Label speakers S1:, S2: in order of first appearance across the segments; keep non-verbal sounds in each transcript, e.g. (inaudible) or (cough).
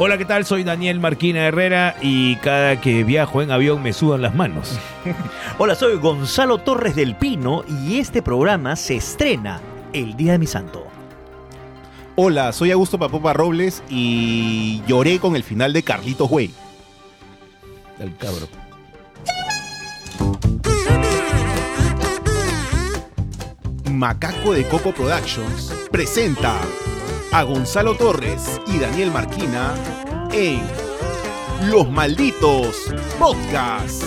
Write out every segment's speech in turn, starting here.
S1: Hola, ¿qué tal? Soy Daniel Marquina Herrera y cada que viajo en avión me sudan las
S2: (laughs)
S1: manos.
S3: Hola, soy Gonzalo Torres del Pino y este programa se estrena el día de mi santo.
S2: Hola, soy Augusto Papopa Robles y lloré con el final de Carlitos Güey.
S1: El cabro.
S2: Macaco de Coco Productions presenta a Gonzalo Torres y Daniel Marquina en Los Malditos Podcast.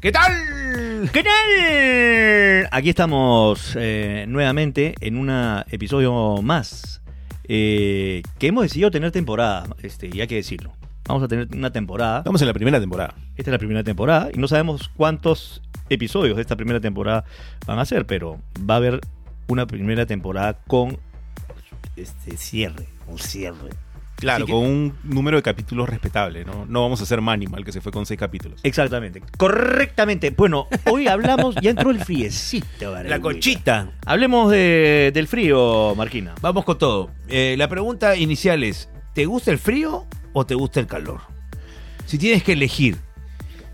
S1: ¿Qué tal?
S3: ¿Qué tal? Aquí estamos eh, nuevamente en un episodio más eh, que hemos decidido tener temporada, este, y hay que decirlo. Vamos a tener una temporada.
S2: Estamos en la primera temporada.
S3: Esta es la primera temporada y no sabemos cuántos episodios de esta primera temporada van a ser, pero va a haber una primera temporada con este cierre, un cierre.
S2: Claro,
S3: Así que-
S2: con un número de capítulos respetable, ¿no? No vamos a hacer Manimal, que se fue con seis capítulos.
S1: Eh,
S3: Exactamente, correctamente. Bueno, hoy hablamos, ya entró el friecito.
S1: La
S3: Barbarita.
S1: conchita.
S3: Hablemos de- del frío, Marquina.
S1: Vamos con todo. Eh, la pregunta inicial es, ¿te gusta el frío o te gusta el calor? Si tienes que elegir,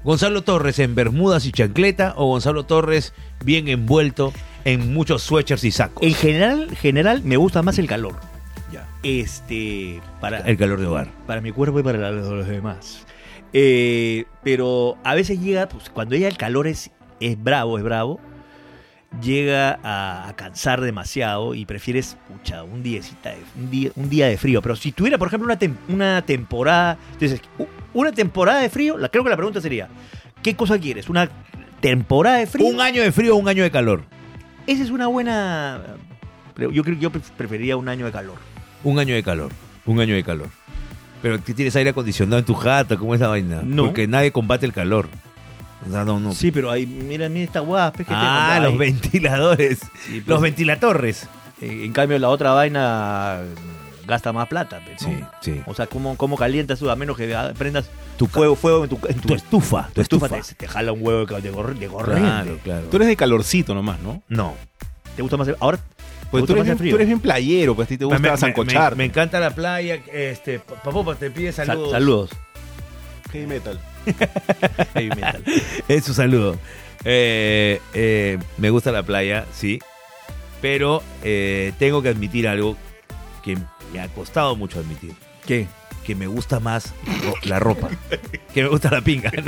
S1: Gonzalo Torres en bermudas y chancleta o Gonzalo Torres bien envuelto en muchos sweaters y sacos.
S2: Eh,
S3: En general, general me gusta más el calor.
S1: Ya.
S3: Este, para
S1: El calor de hogar.
S3: para mi cuerpo y para la- los demás. Eh, pero a veces llega, pues, cuando llega el calor es, es bravo, es bravo, llega a, a cansar demasiado y prefieres, pucha, un, diecita de- un, día, un día de frío. Pero si tuviera, por ejemplo, una, tem- una temporada, entonces, u- una temporada de frío, la, creo que la pregunta sería, ¿qué cosa quieres? ¿Una temporada de frío?
S1: Un año de frío o un año de calor.
S3: Esa es una buena... pero Yo creo que yo pref- preferiría un año de calor.
S1: Un año de calor. Un año de calor. Pero ¿qué tienes aire acondicionado en tu jato? ¿Cómo es la vaina?
S3: No.
S1: Porque nadie combate el calor. O sea, no, no.
S3: Sí, pero ahí, mira, mira esta guapa. es que
S1: ah,
S3: tengo-
S1: los
S3: ay.
S1: ventiladores.
S3: Sí, pues.
S1: Los ventilatorres.
S3: Eh, En cambio, la otra vaina gasta más plata. pues, ¿no?
S1: Sí, sí.
S3: O sea, ¿cómo, cómo calientas tú? A menos que ah, prendas
S1: Tu ca-
S3: fuego, fuego en tu, en tu-
S1: Tu estufa.
S3: tu estufa. Te, te jala un huevo de, gor- de corriente.
S1: Claro, claro.
S2: Tú eres de calorcito nomás, ¿no?
S3: No. ¿Te gusta más el, ahora,
S2: Porque
S1: Pues
S3: ¿te gusta
S2: tú
S3: más el
S2: eres, bien,
S3: frío?
S2: tú eres bien playero, pues a ti te gusta
S1: Me- me-
S2: zancochar.
S1: Me, me encanta la playa. Este, pa- Papopa te pide
S3: Sal-
S1: saludos.
S3: saludos.
S2: Heavy metal.
S3: Heavy metal.
S1: (laughs) Es su saludo. Eh, eh, me gusta la playa, sí. Pero eh, tengo que admitir algo que me ha costado mucho admitir.
S3: ¿Qué?
S1: Que me gusta más ro- la ropa. Que me gusta la pinga. (laughs)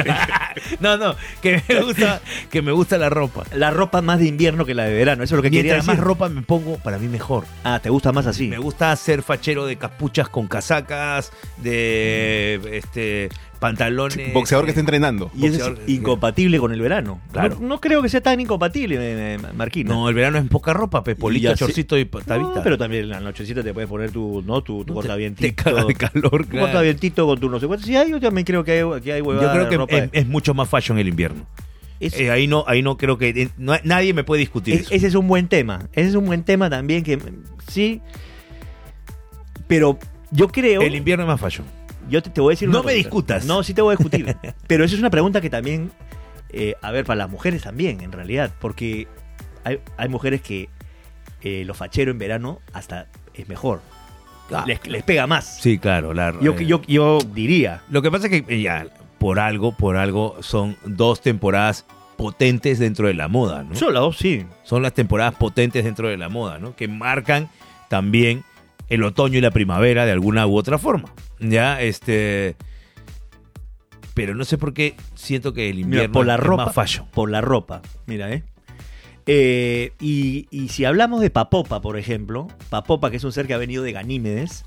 S1: No, no. Que me gusta, que me gusta la ropa.
S3: La ropa más de invierno que la de verano. Eso es lo que quería
S1: Mientras
S3: decir.
S1: más ropa me pongo, para mí mejor.
S3: ah, ¿te gusta más así?
S1: Me gusta ser fachero de capuchas con casacas, de este pantalones. eh,
S2: Boxeador que está entrenando.
S3: Y eso es
S1: boxeador-
S3: incompatible con el verano.
S1: Claro.
S3: No, no creo que sea tan incompatible, eh, Marquina.
S1: No, el verano es poca ropa, pe, polito,
S3: Y así-
S1: chorcito y patavita.
S3: No, pero también en la nochecita te puedes poner tu, ¿no? tu, tu
S1: No, te-
S3: cortavientito.
S1: te caga de calor,
S3: Un
S1: claro.
S3: cortavientito con tu no sé cuánto. Sí, hay, yo también creo que hay, que hay
S1: Yo
S3: huevada de
S1: creo que
S3: ropa.
S1: es, es mucho más fashion el invierno.
S3: Es-
S1: Eh, ahí no, ahí no creo que eh, no- nadie me puede discutir
S3: es-
S1: eso.
S3: ese es un buen tema. Ese es un buen tema también que mm, sí. Pero yo creo.
S1: el invierno es más fashion.
S3: Yo te, te voy a decir.
S1: No
S3: una
S1: me
S3: cosa.
S1: discutas.
S3: No, sí te voy a
S1: (laughs)
S3: discutir. pero esa es una pregunta que también. eh, a ver, para las mujeres también, en realidad. Porque hay, hay mujeres que eh, lo fachero en verano hasta es mejor.
S1: Ah.
S3: les, les pega más.
S1: Sí, claro. la-
S3: Yo,
S1: eh,
S3: yo, yo diría.
S1: Lo que pasa es que eh, ya, por algo, por algo, son dos temporadas potentes dentro de la moda, ¿no?
S3: Solo las dos, sí.
S1: son las temporadas potentes dentro de la moda, ¿no? Que marcan también el otoño y la primavera de alguna u otra forma. Ya, este. Pero no sé por qué siento que el invierno
S3: Mira, por la
S1: es
S3: ropa,
S1: más fashion.
S3: Por la ropa, mira, ¿eh? Eh, y, y si hablamos de Papopa, por ejemplo, Papopa, que es un ser que ha venido de Ganímedes,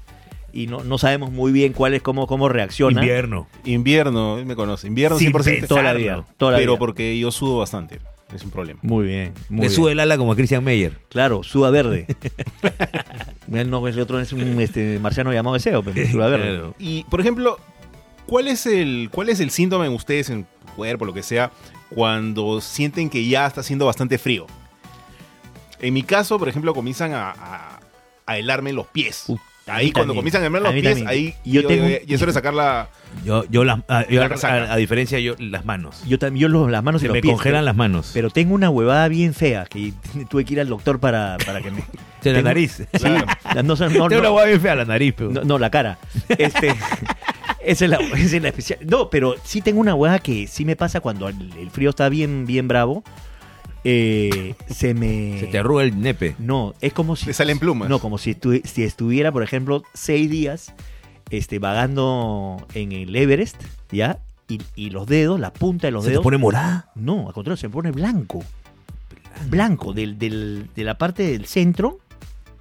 S3: y no, no sabemos muy bien cuál es, cómo, cómo reacciona.
S1: Invierno.
S2: Invierno, él me conoce. Invierno
S1: Sin
S2: 100%.
S3: Toda la
S1: Sardo.
S3: vida. toda la
S2: pero
S3: vida.
S2: porque yo sudo bastante. Es un problema.
S3: Muy bien. Muy
S1: Le
S3: bien.
S1: sube el ala como a Christian Meyer.
S3: Claro,
S1: (laughs)
S3: suda verde. (laughs) Mira, no, el otro es un este, marciano llamado Deseo, pero
S1: (laughs)
S3: suda verde.
S1: Claro.
S2: Y, por ejemplo, ¿cuál es el, cuál es el síntoma en ustedes, en tu cuerpo, lo que sea, cuando sienten que ya está haciendo bastante frío? En mi caso, por ejemplo, comienzan a, a, a helarme los pies. Ahí cuando
S3: también.
S2: comienzan a hervir
S3: A
S2: los
S3: mí
S2: pies,
S3: también.
S2: ahí
S3: Yo
S2: yo, "Eh,
S3: tengo-
S2: y eso de sacar
S3: (laughs)
S2: la.
S1: Yo, yo las- ah, yo
S2: La
S1: a-
S2: casaca.
S1: a, a diferencia, yo las manos.
S3: Yo también, yo los- las manos y
S1: Se
S3: los
S1: me
S3: pies,
S1: congelan
S3: pero-
S1: las manos.
S3: Pero tengo una huevada bien fea que (laughs) tuve que ir al doctor para, para que me.
S1: (laughs) de la
S3: tengo- (laughs)
S1: nariz.
S2: Claro.
S3: la- No, no,
S1: (laughs)
S3: no,
S1: Tengo una
S3: no,
S1: hueá bien fea la nariz, pero.
S3: no, la cara.
S1: (laughs)
S3: Este, esa, es la, esa es la especial. No, pero sí tengo una huevada que sí me pasa cuando el, el frío está bien, bien bravo. eh, se me.
S1: Se te arruga el nepe.
S3: No, es como si.
S2: Te salen plumas.
S3: No, como si, estu- si estuviera, por ejemplo, seis días este, vagando en el Everest, ¿ya? Y, y los dedos, la punta de los
S1: Se te
S3: dedos.
S1: pone morada.
S3: No, al contrario, se me pone blanco. Blanco, del, del- de la parte del centro.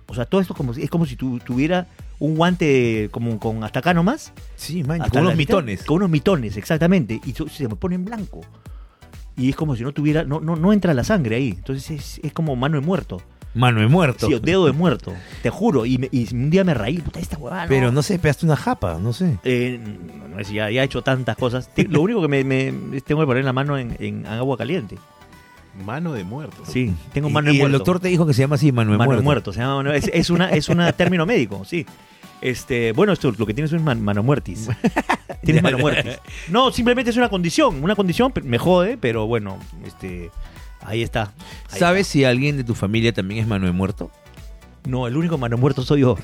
S3: O sea, todo esto como, si- es como si tu- tuviera un guante como con hasta acá nomás.
S1: Sí, man.
S3: hasta
S1: Con
S3: la
S1: unos
S3: mitad,
S1: mitones.
S3: Con unos mitones, exactamente. Y so- se me pone en blanco. Y es como si no tuviera, no, no, no entra la sangre ahí. Entonces es, es como mano de muerto.
S1: Mano de muerto.
S3: Sí, o dedo de muerto. Te juro. Y, me- y un día me reí, puta, esta huevada. no.
S1: Pero no sé, pegaste una japa, no sé.
S3: Eh, no, no, es- ya, ya he hecho tantas cosas. Te- Lo único que me, me- tengo que poner la mano en, en agua caliente.
S2: Mano de muerto.
S3: Sí, tengo
S1: Y-
S3: mano de
S1: y
S3: muerto.
S1: el doctor te dijo que se llama así, mano de
S3: Mano de
S1: muerto.
S3: muerto, se llama mano- es, es una es un término médico, sí. Este, bueno, esto lo que tienes es man- mano muertis. Tienes mano muertis. No, simplemente es una condición, una condición pe- me jode, pero bueno, este ahí está. Ahí
S1: ¿Sabes si alguien de tu familia también es mano de muerto?
S3: está. No, el único mano muerto soy yo.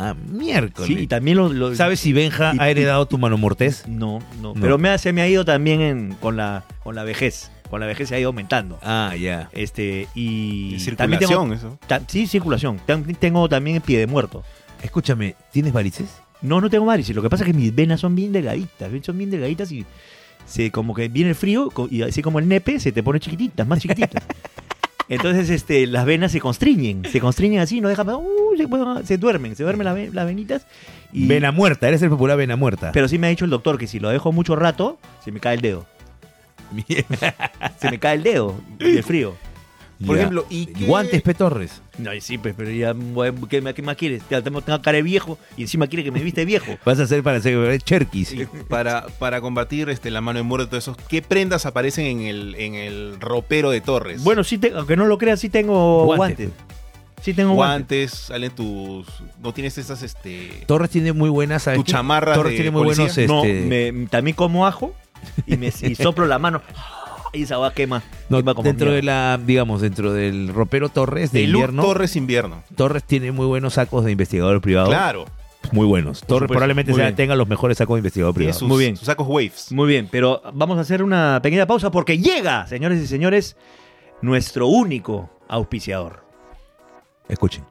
S1: Ah, miércoles.
S3: Sí, y también los los-
S1: ¿Sabes si Benja
S3: y-
S1: ha heredado tu mano mortés?
S3: No,
S1: No.
S3: no, pero me ha- se me ha ido también en- con la con la vejez, con la vejez se ha ido aumentando.
S1: Ah, ya.
S3: Este y
S2: Y
S3: también tengo-
S2: circulación, eso.
S3: ta- sí, circulación. Tam- Tengo también pie de muerto.
S1: Escúchame, ¿tienes varices?
S3: No, no tengo varices. Lo que pasa es que mis venas son bien delgaditas. ¿ven? Son bien delgaditas y se, como que viene el frío co- y así como el nepe se te pone chiquititas, más (laughs) chiquititas. Entonces este, las venas se constriñen. Se constriñen así, no dejan... uh, se, bueno, se duermen, se duermen las, ve- las venitas. Y,
S1: Vena muerta, eres el popular vena muerta. (laughs)
S3: pero sí me ha dicho el doctor que si lo dejo mucho rato, se me cae el dedo. Se me cae el dedo del frío.
S2: Por
S1: Ya.
S2: ejemplo, ¿y qué-
S1: Guantes, P. Torres.
S3: (laughs) No, y sí, pues, pero ya, bueno, ¿qué, qué más quieres? Ya Tengo, tengo cara de viejo y encima quiere que me viste de viejo.
S1: Vas a hacer para hacer cherkis.
S2: Y Para, para combatir este, la mano de muerto, todos esos, ¿qué prendas aparecen en el, en el ropero de Torres?
S3: Bueno, sí, te- aunque no lo creas, sí tengo guantes.
S1: Guantes.
S3: Sí tengo guantes.
S2: guantes, salen tus. No tienes estas, este.
S1: Torres tiene muy buenas. ¿sabes
S2: Tu
S1: qué?
S2: chamarra
S1: Torres
S2: de
S1: tiene muy
S2: policía.
S1: buenos. Este,
S3: No, me- también como ajo y, me,
S1: (laughs)
S3: y soplo la mano. Y esa va quema.
S1: no,
S3: quema como
S1: dentro de
S3: mierda.
S1: la, digamos, dentro del ropero Torres este, de
S2: el look
S1: invierno. Torres.
S2: Torres invierno.
S1: tiene muy buenos sacos de investigador privado.
S2: Claro.
S1: Muy buenos. Torres
S3: supuesto,
S1: probablemente
S3: muy
S1: sea-
S3: bien.
S1: tenga los mejores sacos de investigador
S2: Tiene
S1: privado.
S2: sus,
S3: Muy bien.
S2: sus sacos waves.
S3: Muy bien, pero vamos a hacer una pequeña pausa porque llega, señores y señores, nuestro único auspiciador.
S1: Escuchen.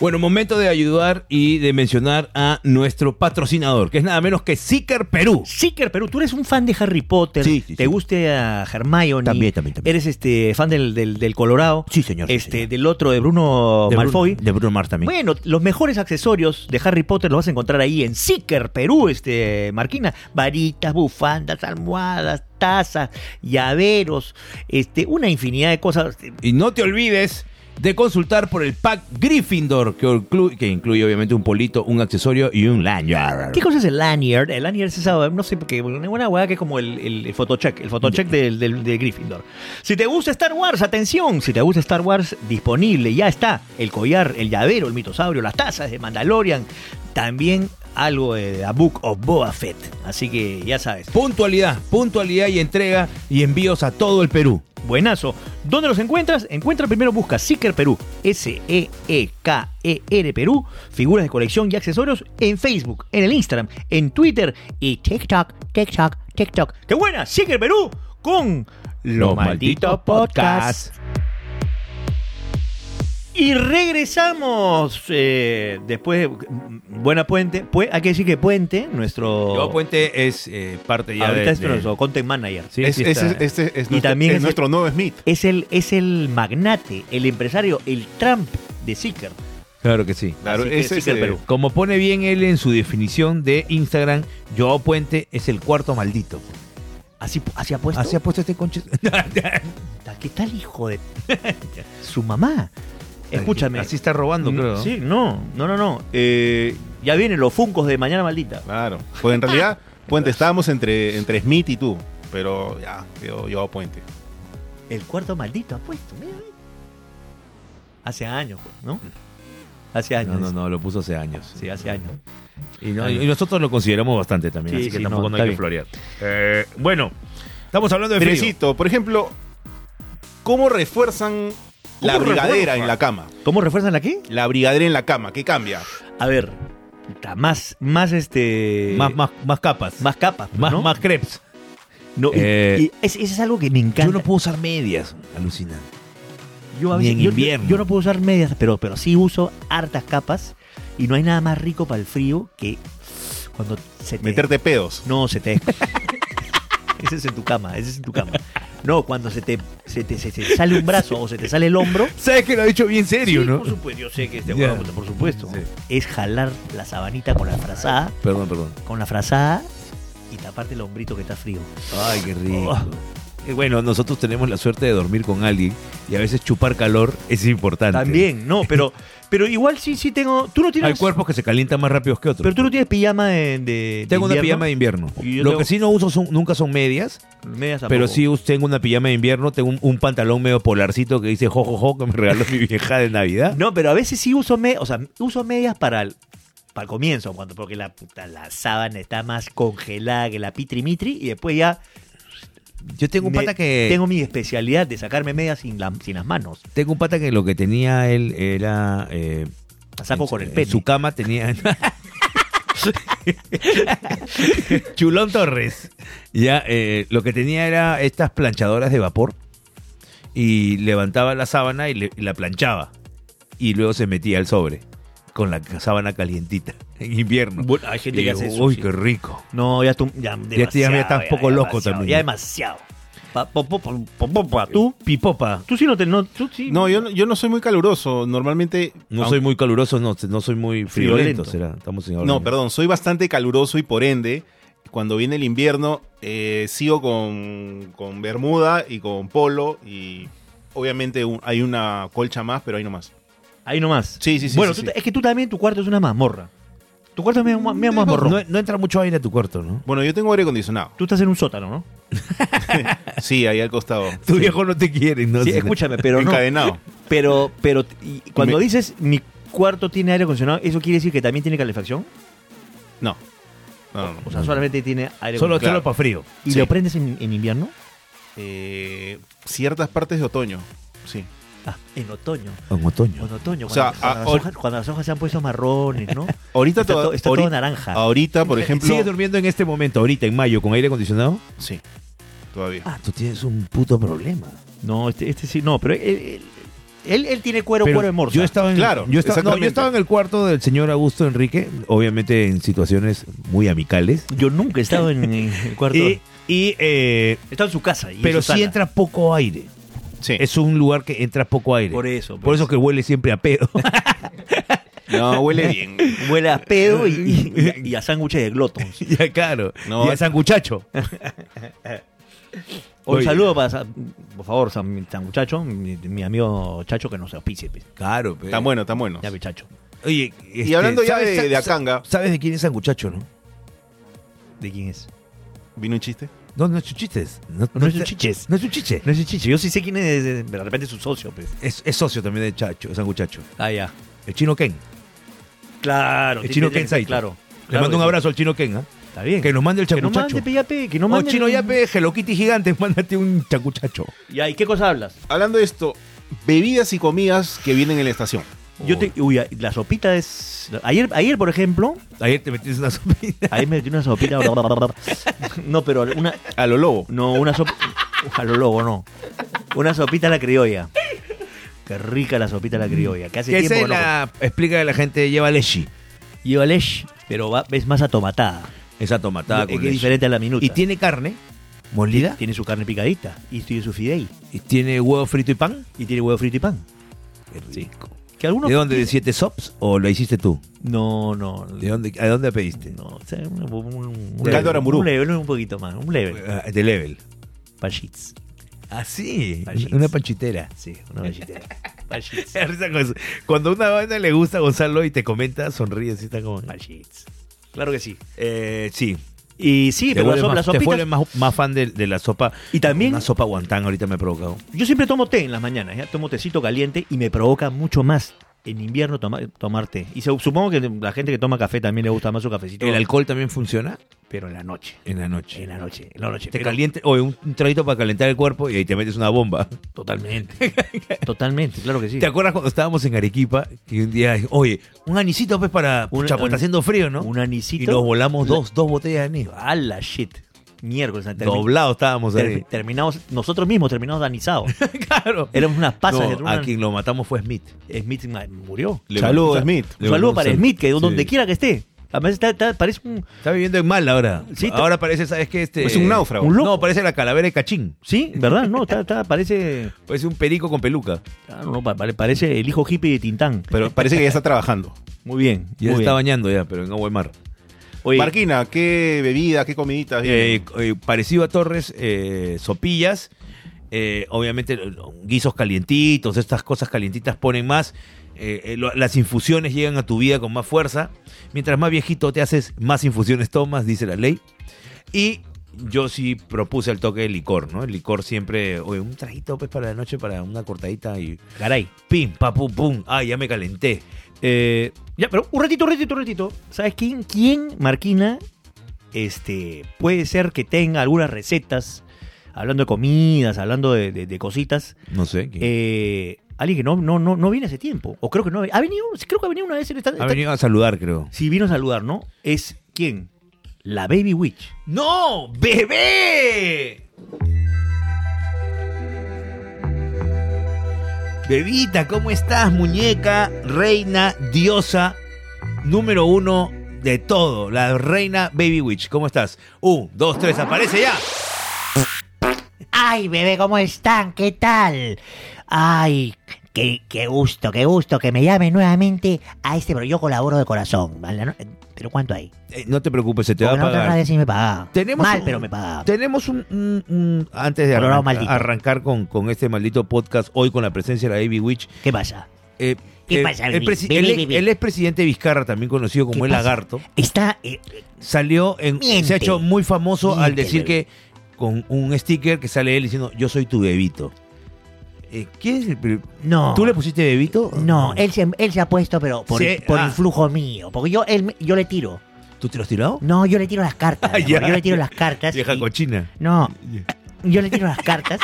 S1: Bueno, momento de ayudar y de mencionar a nuestro patrocinador, que es nada menos que Seeker Perú.
S3: Seeker Perú, tú eres un fan de Harry Potter,
S1: Sí, sí,
S3: te
S1: sí.
S3: gusta Hermione,
S1: También, también, también.
S3: eres este fan del, del, del Colorado,
S1: Sí, señor. sí,
S3: este
S1: señor.
S3: del otro de Bruno
S1: de
S3: Malfoy.
S1: Bruno, de Bruno Mars también.
S3: Bueno, los mejores accesorios de Harry Potter los vas a encontrar ahí en Seeker, Perú, este, Marquina. Varitas, bufandas, almohadas, tazas, llaveros, este, una infinidad de cosas.
S1: Y no te olvides de consultar por el pack Gryffindor, que, inclu- que incluye obviamente un polito, un accesorio y un lanyard.
S3: ¿Qué cosa es el lanyard? El lanyard es esa, no sé, porque una hueá que es como el, el, el photocheck, el photocheck del, del- de Gryffindor. Si te gusta Star Wars, atención, si te gusta Star Wars, disponible, ya está. El collar, el llavero, el mitosaurio, las tazas de Mandalorian, también algo de A Book of Boba Fett. Así que ya sabes.
S1: Puntualidad, puntualidad y entrega y envíos a todo el Perú.
S3: Buenazo. ¿Dónde los encuentras? Encuentra primero, busca Seeker Perú, E S-E-E-K-E-R E Perú, figuras de colección y accesorios en Facebook, en el Instagram, en Twitter y TikTok, TikTok, TikTok. ¡Qué buena! Seeker Perú con Lo
S1: Los
S3: Maldito
S1: Malditos
S3: Podcast.
S1: Podcast.
S3: Y regresamos eh, después de Buena Puente. Pue- hay que decir que Puente, nuestro.
S1: Yo Puente es eh, parte ya
S3: ahorita
S1: de-
S3: es
S1: de-
S3: nuestro content manager.
S1: Sí,
S2: Es-
S1: sí
S2: es-
S1: está.
S2: es- este es
S3: Y
S2: nuestro,
S3: también
S2: es
S3: es-
S2: nuestro nuevo Smith.
S3: Es el, es el magnate, el empresario, el Trump de Seeker.
S1: Claro que sí.
S2: Claro,
S3: Así que
S2: ese
S3: sí
S2: es
S3: que el
S2: eh,
S3: Perú.
S1: Como pone bien él en su definición de Instagram, Joao Puente es el cuarto maldito.
S3: Así, así ha puesto.
S1: Así ha puesto este conche.
S3: Puta, ¿Qué tal, hijo de.? (laughs) Su mamá.
S1: (laughs)
S3: Escúchame.
S1: Así está robando,
S3: Mm,
S1: creo. ¿no?
S3: Sí, no, no, no, no. Eh, ya vienen los funcos de Mañana Maldita.
S2: Claro. Pues en realidad, Puente, estábamos entre, entre Smith y tú. Pero ya, yo, yo a Puente.
S3: El cuarto maldito ha puesto. mira. Hace años, pues, ¿no? Hace años.
S1: No, no, no, lo puso hace años.
S3: Sí, hace años.
S1: Y, no- y nosotros lo consideramos bastante también,
S3: Sí,
S1: así que
S3: sí,
S1: tampoco
S3: no,
S1: no,
S3: está
S1: hay que
S3: bien.
S1: florear. Eh, bueno, estamos hablando de frío.
S2: Fresito, por ejemplo, ¿cómo refuerzan la
S1: ¿Cómo
S2: brigadera
S1: refuerza?
S2: en la cama?
S3: ¿Cómo refuerzan aquí?
S2: La brigadera en la cama, ¿qué cambia?
S3: A ver, puta, más, más este.
S1: Más, más, más capas.
S3: más capas. pues,
S1: más,
S3: ¿no?
S1: más crepes.
S3: No, y-
S1: eh,
S3: y es- eso es algo que me encanta.
S1: Yo no puedo usar medias. Alucinante.
S3: Yo a
S1: Ni
S3: veces-
S1: en
S3: yo- yo-
S1: invierno.
S3: Yo, no puedo usar medias, pero, pero sí uso hartas capas. Y no hay nada más rico para el frío que cuando se te.
S2: Meterte pedos.
S3: No, se te. (laughs) ese es en tu cama, ese es en tu cama. No, cuando se te, se te, se te sale un brazo o se te sale el hombro.
S1: Sabes que lo ha dicho bien serio,
S3: Sí,
S1: ¿no?
S3: Por supuesto, yo sé que este
S1: Ya.
S3: huevón, por supuesto.
S1: Sí.
S3: Es jalar la sabanita con la frazada,
S1: Perdón, perdón.
S3: con la frazada y taparte el hombrito que está frío.
S1: Ay, qué rico. Eh, Bueno, nosotros tenemos la suerte de dormir con alguien y a veces chupar calor es importante.
S3: También, no, pero, pero igual sí, sí tengo. Tú no
S1: Hay
S3: tienes.
S1: cuerpos que se calientan más rápido que otros.
S3: Pero tú no tienes pijama de. de-
S1: tengo
S3: de
S1: una pijama
S3: invierno.
S1: de invierno.
S3: Y yo
S1: Lo
S3: tengo-
S1: que sí no uso son- nunca son medias,
S3: Medias tampoco.
S1: pero sí us- tengo una pijama de invierno, tengo un, un pantalón medio polarcito que dice jojojo que me regaló (laughs) mi vieja de Navidad.
S3: No, pero a veces sí uso medias. O sea, uso medias para el, para el comienzo, cuando, porque la, puta, la sábana está más congelada que la pitrimitri y después ya.
S1: Yo tengo un
S3: me-
S1: pata que
S3: Tengo mi especialidad de sacarme medias sin, la- sin las manos.
S1: tengo un pata que lo que tenía él era eh,
S3: Las saco
S1: en-
S3: con el
S1: en
S3: pene.
S1: Su cama tenía. (laughs) Chulón Torres. Ya, eh, lo que tenía era estas planchadoras de vapor. Y levantaba la sábana y, le- y la planchaba. Y luego se metía al sobre. Con la ca- sábana calientita. (laughs) En invierno.
S3: Bueno, hay gente
S1: Y
S3: que hace
S1: digo,
S3: eso,
S1: Uy,
S3: sí.
S1: qué rico.
S3: No, ya tú. Ya,
S1: Ya te- ya me estás
S3: demasiado,
S1: poco
S3: ya
S1: loco
S3: demasiado,
S1: también.
S3: Ya demasiado. Pa- po- po- po- po- po- pa- tú.
S1: Pipopa.
S3: Tú sí no te. No, tú sí.
S2: No, yo no, yo no soy muy caluroso. Normalmente.
S1: No
S2: aun-
S1: soy muy caluroso, no, no soy muy friolento.
S3: Friolento.
S1: será. Estamos en
S2: No, perdón, soy bastante caluroso y por ende, cuando viene el invierno, eh, sigo con, con bermuda y con polo y obviamente un- hay una colcha más, pero ahí nomás.
S3: Ahí nomás.
S2: Sí, sí, sí,
S3: Bueno,
S2: sí,
S3: tú
S2: sí.
S3: te- es que tú también, tu cuarto es una mazmorra. Tu cuarto es medio, ma- medio mazmorrón.
S1: No, no entra mucho aire a tu cuarto, ¿no?
S2: Bueno, yo tengo aire
S1: (laughs)
S2: acondicionado.
S3: Tú estás en un sótano, ¿no?
S2: Sí, ahí al costado.
S1: Tu viejo no te quiere, ¿no?
S3: Sí,
S1: Sí,
S3: escúchame, pero
S1: (laughs)
S3: no.
S2: Encadenado.
S3: Pero, pero y cuando
S2: Me-
S3: dices mi cuarto tiene aire acondicionado, ¿eso quiere decir que también tiene calefacción?
S2: No. No, no,
S3: O
S2: no.
S3: sea, solamente tiene aire
S1: Solo,
S3: acondicionado.
S1: solo para frío.
S3: ¿Y
S2: sí.
S3: lo prendes en, en invierno?
S2: Eh, ciertas partes de otoño. Sí.
S3: Ah, en otoño.
S1: En otoño.
S3: O En otoño,
S2: O
S3: cuando,
S2: sea,
S3: cuando
S2: ah,
S3: las
S2: o-
S3: hojas, cuando las hojas se han puesto marrones, ¿no?
S2: Ahorita
S3: Está,
S2: toda-
S3: todo, está
S2: ahori-
S3: todo naranja.
S2: Ahorita, por ejemplo.
S1: ¿Sigues durmiendo en este momento, ahorita, en mayo, con aire acondicionado?
S2: Sí. Todavía.
S1: Ah, tú tienes un puto problema.
S3: No, este, este sí, no, pero él, él, él- él tiene cuero,
S1: Pero
S3: cuero de morsa.
S1: yo estaba en,
S2: Claro,
S1: yo estaba, no, yo
S2: exactamente.
S1: estaba en el cuarto del señor Augusto Enrique, obviamente en situaciones muy amicales.
S3: Yo nunca he estado en, en el cuarto.
S1: Y, y, eh,
S3: he estado en su casa. y en
S1: pero
S3: su
S1: sí
S3: sala.
S1: entra poco aire.
S2: Sí.
S1: Es un lugar que entra poco aire.
S3: Por eso.
S1: Eh. Por eso pues. que huele siempre a pedo.
S2: No, huele bien.
S3: Huele a pedo y, y- y a- y a sándwiches de glotons.
S1: (laughs) ya, claro.
S2: No.
S1: y a sanguchacho.
S3: Un
S1: Oye.
S3: saludo para, Sa- por favor, San, San Muchacho, mi, mi amigo Chacho que nos auspicie. pe.
S1: Claro, pues. pero.
S2: Tan bueno, tan bueno.
S3: Ya, pe, Chacho.
S1: Oye, este,
S2: hablando ya
S1: ¿sabes-
S2: de- de
S1: sa- sa-
S2: Acanga?
S1: ¿Sabes de quién es sanguchacho, no?
S3: ¿De quién es?
S2: ¿Vino un chiste?
S1: No, no es chuchites. No,
S3: No es un
S1: te-
S3: chiches.
S1: No es chuchiche.
S3: No es un chiche. Yo sí sé quién es, eh, de repente es su socio. pues. pe.
S1: Es, es socio también de Chacho, de Sanguchacho.
S3: Ah, ya.
S1: El chino Ken.
S3: Claro.
S1: El
S3: tiene-
S1: chino
S3: tiene-
S1: Ken Saito.
S3: Claro.
S1: Le
S3: claro
S1: mando un
S3: que sí.
S1: abrazo al chino Ken, ¿ah?
S3: Está bien.
S1: Que nos mande el
S3: Que no
S1: chacuchacho.
S3: mande, pe, ya, pe, que no
S1: No,
S3: mande.
S1: Oh, chino yape, Hello Kitty gigante, (laughs) mándate un chacuchacho.
S3: Ya, ¿y qué cosa hablas?
S2: Hablando de esto, bebidas y comidas que vienen en la estación.
S3: Yo te, uy, la sopita es. Ayer, ayer por ejemplo,
S1: Ayer te metiste una sopita.
S3: ayer me metí una sopita. no, pero una.
S2: A lo lobo.
S3: No, una sopa. A lo lobo, no. Una sopita a la criolla. Qué rica la sopita a la criolla. Que hace
S1: Que
S3: tiempo
S1: se
S3: que no-
S1: la explica a la gente, lleva leche.
S3: Lleva leche, pero va, es más atomatada.
S1: Esa tomatada
S3: es
S1: con
S3: que es
S1: leche.
S3: diferente a la minuta.
S1: Y tiene carne molida,
S3: Tiene su carne picadita. Y tiene su fidei.
S1: y tiene huevo frito y pan.
S3: Y tiene huevo frito y pan.
S1: Qué rico.
S3: Que algunos
S1: ¿De dónde? ¿De
S3: piden-
S1: siete sops o lo hiciste tú?
S3: No, no.
S1: ¿De dónde, ¿A dónde pediste?
S3: No, o sea, un, un- un-
S1: Caldo
S3: un-
S2: aramburú.
S3: un level, un poquito más. Un level.
S1: Ah, De level.
S3: Pachits.
S1: Ah, sí.
S3: Panchitas.
S1: Una panchitera.
S3: Sí,
S1: (laughs)
S3: una pachitera. Pachits.
S1: Me da risa con eso. Cuando una banda le gusta a Gonzalo y te comenta, sonríe, así está como.
S3: Pachits. Claro que sí.
S1: Eh, sí.
S4: Y sí,
S1: Te
S4: pero la
S1: vuelves
S4: sopa,
S1: más-
S4: las
S1: te
S4: sopitas-
S1: vuelves más, más fan de, de la sopa.
S4: Y también-
S1: Una sopa guantán ahorita me provoca.
S4: Yo siempre tomo té en las mañanas, ¿ya? tomo tecito caliente y me provoca mucho más en invierno toma- tomar té. Y se- supongo que la gente que toma café también le gusta más su cafecito.
S1: ¿El alcohol también funciona?
S4: pero en la noche.
S1: En la noche.
S4: En la noche, en la noche.
S1: Te
S4: Pero-
S1: caliente, oye, un, un traguito para calentar el cuerpo y ahí te metes una bomba.
S4: Totalmente. (laughs) Totalmente, claro que sí.
S1: ¿Te acuerdas cuando estábamos en Arequipa? Que un día, oye, un anisito pues para...
S4: Un-
S1: pucha, pues,
S4: un-
S1: está haciendo frío, ¿no?
S4: Un anisito.
S1: Y nos volamos dos, dos botellas de anís.
S4: A la shit. Miércoles. termi-
S1: Doblados estábamos
S4: ter-
S1: ahí.
S4: terminamos, nosotros mismos terminamos
S1: (laughs)
S4: danizados.
S1: claro.
S4: Éramos unas pasas.
S1: No,
S4: era una-
S1: a quien lo matamos fue Smith.
S4: Smith ma- murió.
S2: Le- Saludos, Smith.
S4: Un saludo para
S1: Sí.
S4: Smith, que donde quiera que esté. Además, está- está- parece un.
S1: Está viviendo en mal ahora.
S4: Sí, está-
S1: ahora parece, ¿sabes qué? Este,
S2: Es un náufrago.
S4: Un loco.
S1: No, parece la calavera de cachín.
S4: Sí, ¿verdad? No, está, está- parece.
S1: Parece un perico con peluca.
S4: ah, no, pa- pare- parece el hijo hippie de Tintán.
S2: Pero (laughs) parece que ya está trabajando.
S4: Muy bien.
S1: Ya
S4: muy
S1: se está
S4: bien.
S1: bañando ya, pero en agua de mar.
S4: Oye,
S2: Marquina, ¿qué bebida, qué comidita?
S1: Eh, eh, parecido a Torres, eh, sopillas, eh, obviamente eh, guisos calientitos, estas cosas calientitas ponen más. eh, eh, lo- las infusiones llegan a tu vida con más fuerza. Mientras más viejito te haces, más infusiones tomas, dice la ley. Y yo sí propuse el toque de licor, ¿no? El licor siempre, oye, un traguito pues para la noche, para una cortadita y
S4: caray.
S1: pim, pa, pum, pum. Ah, ya me calenté.
S4: Eh, ya, pero un ratito, un ratito, un ratito. ¿Sabes quién? ¿Quién, Marquina? Este, puede ser que tenga algunas recetas, hablando de comidas, hablando de, de- de cositas.
S1: No sé. ¿quién?
S4: Eh, alguien que no, no, no, no viene hace tiempo. O creo que no ha ha venido. Creo que ha venido una vez en esta.
S1: ha venido a saludar, creo.
S4: Si vino a saludar, ¿no? Es quién? La Baby Witch.
S1: ¡No! ¡Bebé! Bebita, ¿cómo estás, muñeca, reina, diosa, número uno de todo? La reina Baby Witch, ¿cómo estás? Un, dos, tres, aparece ya.
S3: Ay, bebé, ¿cómo están? ¿Qué tal? Ay, qué, qué gusto, qué gusto que me llamen nuevamente a este, pero yo colaboro de corazón. ¿vale? No- ¿Pero cuánto hay?
S1: Eh, no te preocupes, se te va
S3: Porque
S1: a
S3: la otra radio
S1: pagar.
S3: sí me pagaba.
S1: Tenemos
S3: Mal,
S1: un-
S3: pero me pagaba.
S1: Tenemos un, un- un- antes de
S3: Programa
S1: arranca-
S3: maldito.
S1: arrancar con, con este maldito podcast, hoy con la presencia de la Baby Witch,
S3: ¿Qué pasa?
S1: eh,
S3: ¿Qué
S1: eh,
S3: pasa,
S1: el,
S3: Baby?
S1: presi-
S3: Baby,
S1: el-
S3: Baby.
S1: el expresidente Vizcarra, también conocido como
S3: ¿Qué
S1: el
S3: pasa?
S1: lagarto,
S3: Está... eh,
S1: salió en,
S3: Miente.
S1: se ha hecho muy famoso
S3: Miente,
S1: al decir
S3: bebé.
S1: que con un sticker que sale él diciendo yo soy tu bebito. Eh, ¿Quién es el pri-
S3: no.
S1: ¿Tú le pusiste bebito?
S3: No, él se, él se ha puesto, pero por,
S1: Sí,
S3: por
S1: ah.
S3: influjo mío. Porque yo, él, yo le tiro.
S1: ¿Tú te lo has tirado?
S3: No, yo le tiro las cartas.
S1: (laughs) Ah,
S3: mi amor,
S1: ya.
S3: Yo le tiro las cartas.
S1: Vieja
S3: y-
S1: cochina.
S3: No, yo le tiro las cartas.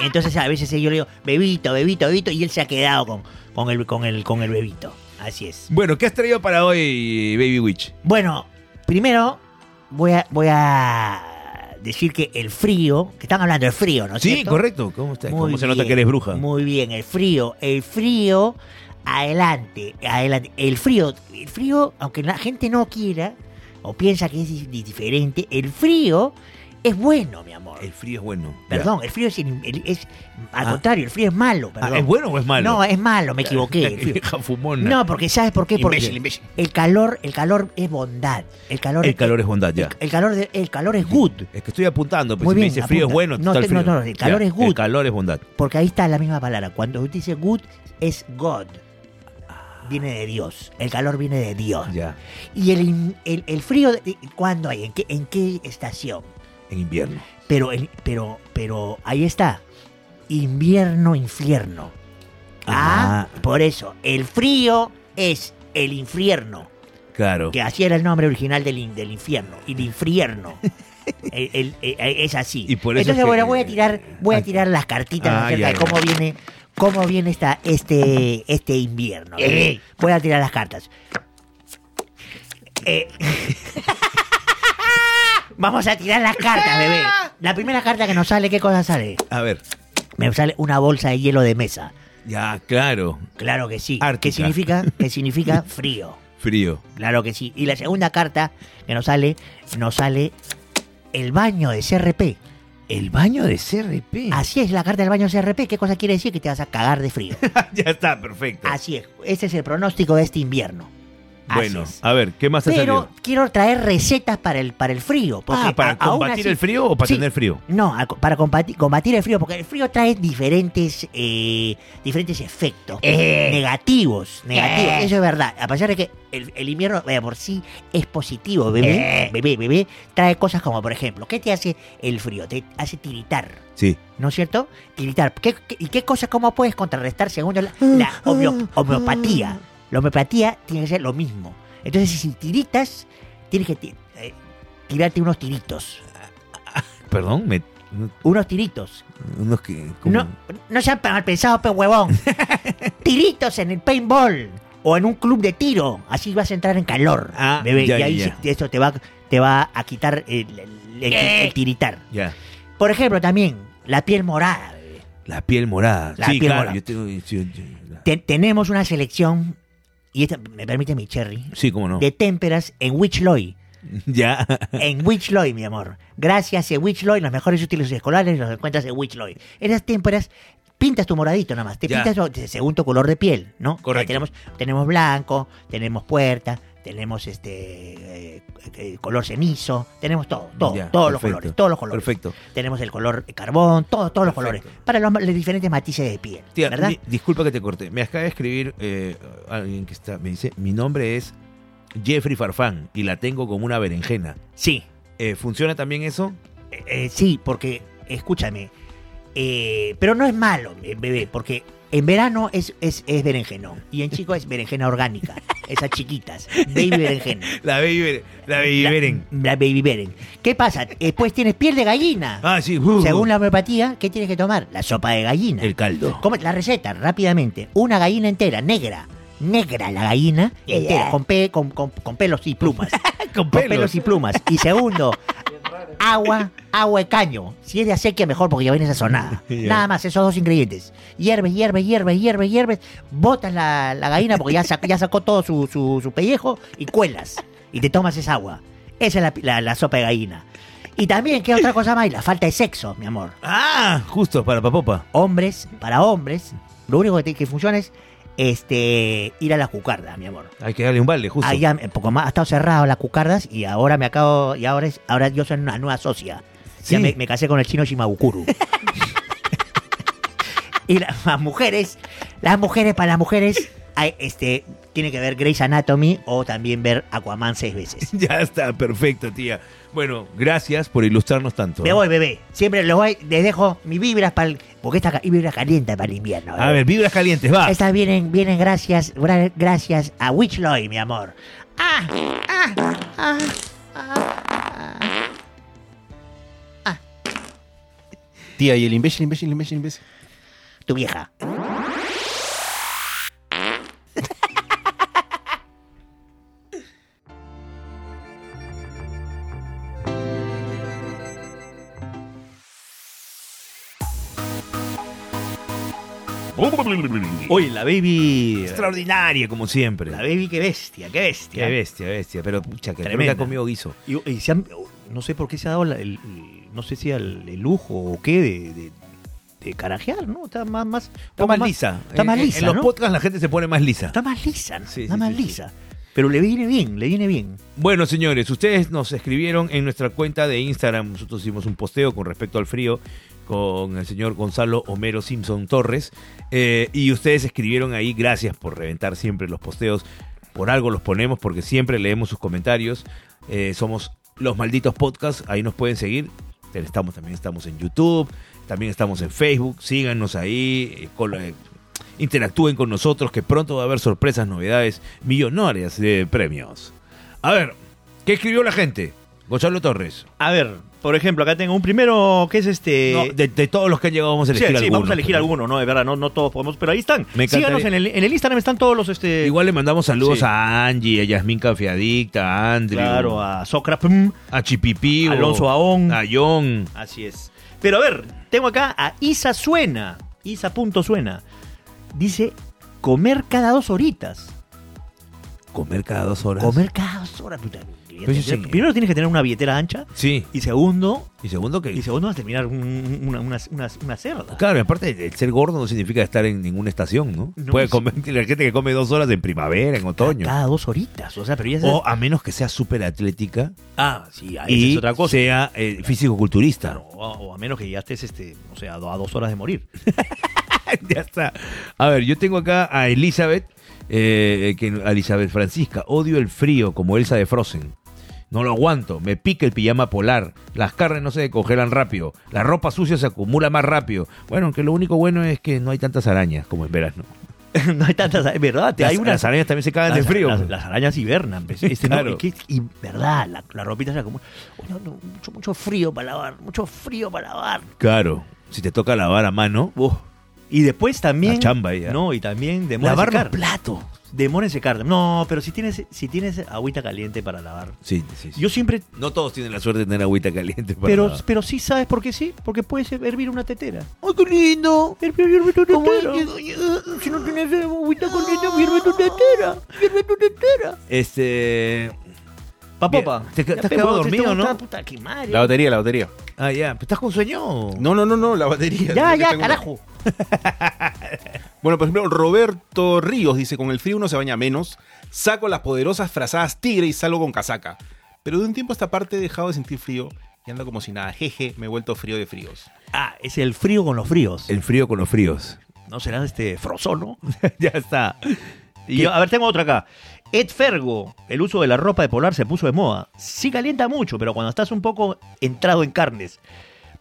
S3: Entonces a veces yo le digo, bebito, bebito, bebito, y él se ha quedado con, con, el, con, el, con el bebito. Así es.
S1: Bueno, ¿qué has traído para hoy, Baby Witch?
S3: Bueno, primero voy a, voy a decir que el frío, que están hablando del frío, ¿no es
S1: sí,
S3: cierto?
S1: correcto. ¿Cómo estás?
S3: Muy
S1: ¿Cómo se nota
S3: bien,
S1: que eres bruja?
S3: Muy bien, el frío, el frío, adelante, adelante. El frío, el frío, aunque la gente no quiera o piensa que es di- diferente, el frío es bueno, mi amor.
S1: El frío es bueno.
S3: Perdón, el frío es, in- el- es- al
S1: Ah.
S3: contrario, el frío es malo.
S1: Ya.
S3: perdón.
S1: Ah, ¿Es bueno o es malo?
S3: No, es malo,
S1: (laughs)
S3: me equivoqué. el frío.
S1: Vieja fumona.
S3: No, porque ¿sabes por qué? Porque
S1: Imbécil, imbécil.
S3: el calor, el calor es bondad. El calor
S1: El
S3: es
S1: calor es bondad, ya.
S3: el calor, de- el calor es good,
S1: Es que estoy apuntando, pero
S3: Muy
S1: si me
S3: bien,
S1: dice frío es
S3: apunta.
S1: bueno,
S3: No,
S1: está el
S3: te- no,
S1: frío.
S3: no, el calor es
S1: El
S3: good.
S1: calor es bondad.
S3: porque ahí está la misma palabra. Cuando usted dice good es God. Viene de Dios. El calor viene de Dios.
S1: Ya.
S3: Y el, in- el, el frío, de- ¿cuándo hay? ¿En qué, en qué estación?
S1: En invierno.
S3: Pero, el- pero, pero ahí está. Invierno, infierno. Ah, por eso. El frío es el infierno.
S1: Claro.
S3: Que así era el nombre original del, in- del infierno. El infierno.
S1: (laughs)
S3: El- el- eh, eh, es así.
S1: Y por eso
S3: Entonces,
S1: es que-
S3: bueno, voy a tirar, voy
S1: Ah.
S3: a tirar las cartitas
S1: Ah,
S3: ¿no es cierto?
S1: ya,
S3: de
S1: ya.
S3: cómo viene, cómo viene esta, este, este invierno. Eh,
S1: Ey.
S3: Voy a tirar las cartas. Eh, (laughs) Vamos a tirar las cartas, bebé. La primera carta que nos sale, ¿qué cosa sale?
S1: A ver.
S3: Me sale una bolsa de hielo de mesa.
S1: Ya, claro.
S3: Claro que sí.
S1: Ártica.
S3: ¿Qué significa?
S1: (laughs)
S3: ¿Qué significa frío?
S1: Frío.
S3: Claro que sí. Y la segunda carta que nos sale, nos sale el baño de CRP.
S1: El baño de (laughs) CRP.
S3: Así es la carta del baño de CRP. ¿Qué cosa
S1: (laughs)
S3: quiere decir? Que te vas a cagar de frío.
S1: ya está, perfecto.
S3: Así es. Este es el pronóstico de este invierno.
S1: Bueno,
S3: haces.
S1: a ver, ¿qué más te
S3: Pero
S1: salió?
S3: quiero traer recetas para el, para el frío. Porque
S1: Ah, ¿para
S3: a- aún
S1: combatir
S3: así-
S1: el frío o para
S3: Sí.
S1: tener frío?
S3: No, a- para combati- combatir el frío, porque el frío trae diferentes, eh, diferentes efectos negativos. Negativos, eso es verdad. A pesar de que el, el invierno eh, por sí es positivo, bebé, bebé, bebé, trae cosas como, por ejemplo, ¿qué te hace el frío? Te hace tiritar.
S1: Sí.
S3: ¿No es cierto? Tiritar. ¿Qué, qué- y qué cosas, cómo puedes contrarrestar según la, la homeo- homeopatía? La homeopatía tiene que ser lo mismo. Entonces, si tiritas, tienes que ti- eh, tirarte unos tiritos.
S1: Perdón, me,
S3: Unos tiritos.
S1: unos que... como-
S3: No, no sean mal pensados, pe huevón.
S1: (laughs)
S3: Tiritos en el paintball o en un club de tiro. Así vas a entrar en calor,
S1: Ah,
S3: bebé.
S1: ya,
S3: y ahí
S1: ya,
S3: sí- eso te va, te va a quitar el, el- el- el tiritar.
S1: Ya.
S3: Por ejemplo, también la piel morada. bebé.
S1: La piel morada.
S3: La
S1: sí,
S3: piel
S1: claro.
S3: morada.
S1: Yo tengo, sí, sí, la-
S3: Te- tenemos una selección, y esta me permite mi cherry,
S1: sí, cómo no.
S3: de témperas en Wichloy.
S1: (laughs) Ya.
S3: En Wichloy, mi amor. Gracias en Wichloy, los mejores útiles escolares los encuentras en Wichloy. En las témperas pintas tu moradito nada más. Te
S1: Ya.
S3: pintas lo- de- según tu color de piel, ¿no?
S1: Correcto.
S3: Ahí Tenemos, tenemos blanco, tenemos puerta, tenemos este eh, eh, color cenizo, tenemos todo, todo,
S1: Ya,
S3: todos los
S1: perfecto.
S3: colores, todos los colores.
S1: Perfecto.
S3: Tenemos el color carbón, todo, todos los
S1: Perfecto.
S3: colores. Para los, ma- los diferentes matices de piel,
S1: Tía,
S3: ¿verdad?
S1: mi- disculpa que te corté. Me acaba de escribir eh, alguien que está, me dice, mi nombre es Jeffrey Farfán y la tengo como una berenjena.
S3: Sí.
S1: Eh, ¿Funciona también eso? (laughs)
S3: Eh, eh, sí, porque, escúchame, eh, pero no es malo, eh, bebé, porque en verano es, es, es berenjenón y en chico es berenjena orgánica, esas chiquitas,
S1: (laughs)
S3: baby berenjena.
S1: La baby, beren- la baby beren.
S3: La, baby beren. ¿Qué pasa? Después tienes piel de gallina.
S1: Ah, sí. uh,
S3: Según la homeopatía, ¿qué tienes que tomar? La sopa de gallina.
S1: El caldo.
S3: Come- la receta, rápidamente. Una gallina entera, negra. Negra la gallina, entera, con, pe- con, con- con pelos y plumas. con, pelos. y plumas. Y segundo, agua, agua de caño. Si es de acequia, mejor porque ya viene sazonada. Nada más, esos dos ingredientes. Hierves, hierves, hierves, hierves, hierves. Botas la, la gallina porque ya sacó, ya sacó todo su, su- su pellejo y cuelas. Y te tomas esa agua. Esa es la, la- la sopa de gallina. Y también, ¿qué otra cosa más? Y La falta de sexo, mi amor
S1: Ah, justo, para papopa.
S3: hombres para hombres, lo único que, te- que funciona es este, ir a las cucardas, mi amor.
S1: Hay que darle un balde, justo.
S3: Allá, eh, poco más, ha estado cerrado las cucardas y ahora me acabo, y ahora es, ahora yo soy una nueva socia. Ya
S1: Sí.
S3: me, me casé con el chino
S5: (laughs)
S3: Shimabukuro. y la- las mujeres, las mujeres para las mujeres, hay, este, tiene que ver Grey's Anatomy o también ver Aquaman seis veces.
S1: (laughs) Ya está, perfecto, tía. Bueno, gracias por ilustrarnos tanto. ¿eh?
S3: Me voy, bebé. Siempre los voy, les dejo mis vibras para el, porque esta ca- vibra caliente para el invierno.
S1: A
S3: bebé.
S1: ver, vibras calientes, va.
S3: Estas vienen, vienen gracias, gra- gracias a Wichloy, mi amor. Ah, ah, ah, ah,
S2: Tía, y el imbécil, imbécil, imbécil, imbécil.
S3: tu vieja.
S5: Oye, la baby.
S1: Extraordinaria, como siempre.
S5: La baby, qué bestia, qué bestia.
S1: Qué bestia, bestia. Pero, pucha, que
S5: Tremenda.
S1: nunca comió guiso.
S5: Y, y se han- no sé por qué se ha dado la- el, el- no sé si al- el, lujo o qué de, de, de carajear, ¿no? Está más, más,
S1: Está más
S5: más-
S1: lisa. Eh,
S5: está más
S1: En- en-
S5: lisa,
S1: En los
S5: ¿no?
S1: podcasts la gente se pone más lisa.
S5: Está más lisa, ¿no?
S1: Sí,
S5: está
S1: sí,
S5: más
S1: sí, sí.
S5: lisa. Pero le viene bien, le viene bien.
S1: Bueno, señores, ustedes nos escribieron en nuestra cuenta de Instagram. Nosotros hicimos un posteo con respecto al frío con el señor Gonzalo Homero Simpson Torres. Eh, y ustedes escribieron ahí, gracias por reventar siempre los posteos. Por algo los ponemos, porque siempre leemos sus comentarios. Eh, somos los malditos podcasts, ahí nos pueden seguir. Estamos, también estamos en YouTube, también estamos en Facebook. Síganos ahí, eh, col- eh, interactúen con nosotros, que pronto va a haber sorpresas, novedades, millonarias de premios. A ver, ¿qué escribió la gente? Gonzalo Torres.
S5: A ver, por ejemplo, acá tengo un primero que es este.
S1: No, de, de todos los que han llegado Eh, vamos a
S5: Sí,
S1: elegir
S5: sí,
S1: algunos.
S5: vamos a elegir algunos, ¿no? De verdad, no, no todos podemos, pero ahí están.
S1: Me encantaría.
S5: Síganos en el, en el Instagram, están todos los este.
S1: Igual le mandamos saludos
S5: Sí.
S1: a Angie, a Yasmín Cafiadicta, a Andrew,
S5: claro, a Socrapm.
S1: a Chipipibo,
S5: Alonso Aón.
S1: a John.
S5: Así es. Pero a ver, tengo acá a Isa Suena. Isa.suena. Dice comer cada dos horitas.
S1: Comer cada dos horas.
S3: Comer cada dos horas, puta.
S1: Pues sí,
S3: tienes-
S1: sí.
S3: Primero tienes que tener una billetera ancha
S1: Sí.
S3: y segundo,
S1: Y segundo que...
S3: y segundo vas a terminar un- una, una, una, una cerda.
S1: (laughs) Claro, aparte el ser gordo no significa estar en ninguna estación, ¿no?
S3: No,
S1: Puede
S3: sí.
S1: comer la gente que come dos horas en primavera, en otoño.
S3: Cada dos horitas. O sea, pero ya
S1: O
S3: sabes-
S1: a menos que sea súper atlética
S3: Ah, sí, ahí
S1: y
S3: es otra cosa.
S1: sea eh, físico-culturista.
S3: Claro, o, a- o a menos que ya estés, este, o sea, a do- a dos horas de morir. (laughs)
S1: (laughs) ya está. A ver, yo tengo acá a Elizabeth, eh, que, a Elizabeth Francisca. Odio el frío como Elsa de Frozen. No lo aguanto, me pica el pijama polar, las carnes no se descongelan rápido, la ropa sucia se acumula más rápido. Bueno, aunque lo único bueno es que no hay tantas arañas como en verano.
S3: no hay tantas, es verdad, te-
S1: Las-
S3: hay unas
S1: las arañas también se cagan de
S3: las-
S1: frío.
S3: Las, las arañas hibernan, pues. Este, no,
S1: Claro.
S3: y, que- y verdad, la, la ropita se acumula. Oye, no, mucho, mucho frío para lavar, mucho frío para lavar.
S1: Claro, si te toca lavar a mano,
S3: Uf. Y después también.
S1: La chamba ahí, ¿eh?
S3: No, y también demora en
S1: lavar los
S3: secar.
S1: platos.
S3: Demora en secar. No, pero si tienes, si tienes agüita caliente para lavar.
S1: Sí, sí, sí.
S3: Yo siempre.
S1: No todos tienen la suerte de tener agüita caliente para
S3: Pero,
S1: lavar.
S3: pero sí sabes por qué sí, porque puedes hervir una tetera.
S1: ¡Oh, qué lindo!
S3: Hervir, hervir tu tetera.
S6: Si no tienes agüita caliente, hierve tu tetera. Hierve tu tetera.
S1: Este.
S3: Papopa.
S1: Bien. Te, te has quedado dormido, ¿no?
S6: Puta, qué madre.
S2: La batería, la batería.
S1: Ah, ya. ¿Estás con sueño? o?
S2: No, no, no, no, la batería. (laughs)
S6: Ya,
S2: Tengo que
S6: ya,
S2: tengo-
S6: carajo.
S2: Bueno, por ejemplo, Roberto Ríos dice: Con el frío uno se baña menos. Saco las poderosas frazadas tigre y salgo con casaca. Pero de un tiempo a esta parte he dejado de sentir frío y ando como si nada. Jeje, me he vuelto frío de fríos.
S3: Ah, es el frío con los fríos.
S1: El frío con los fríos.
S3: No será este (laughs) frozono.
S1: ya está.
S3: Y yo, a ver, tengo otra acá. Ed Fergo, el uso de la ropa de polar se puso de moda. Sí calienta mucho, pero cuando estás un poco entrado en carnes,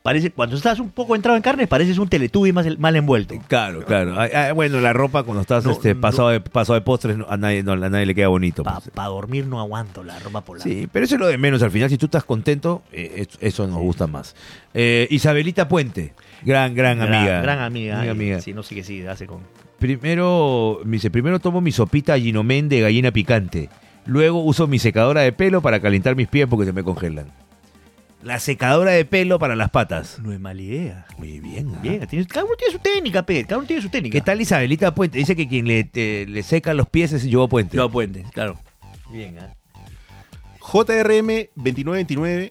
S3: parece, cuando estás un poco entrado en carnes, pareces un teletubi más mal envuelto.
S1: Claro, claro. Ah, ah, bueno, la ropa cuando estás
S3: No,
S1: este,
S3: no.
S1: pasado, de, pasado de postres no, a, nadie, no, a nadie le queda bonito.
S3: Para
S1: pues.
S3: dormir no aguanto la ropa polar.
S1: Sí, pero eso es lo de menos. Al final, si tú estás contento, eh, es- eso nos gusta más. Eh, Isabelita Puente, gran, gran,
S3: Gran-
S1: amiga.
S3: Gran amiga.
S1: Gran
S3: Y-
S1: amiga.
S3: Sí, no sé qué sí, hace con.
S1: Primero, me dice, primero tomo mi sopita ginomén de gallina picante. Luego uso mi secadora de pelo para calentar mis pies porque se me congelan. La secadora de pelo para las patas.
S3: No es mala idea.
S1: Muy bien. ¿ah?
S3: Bien, tienes- cada uno tiene su técnica, Ped. Cada uno tiene su técnica.
S1: ¿Qué tal Isabelita Puente? Dice que quien le, te- le seca los pies es Yogo Puente.
S3: Yo a Puente, claro. Este. Bien, ¿ah?
S2: JRM 2929.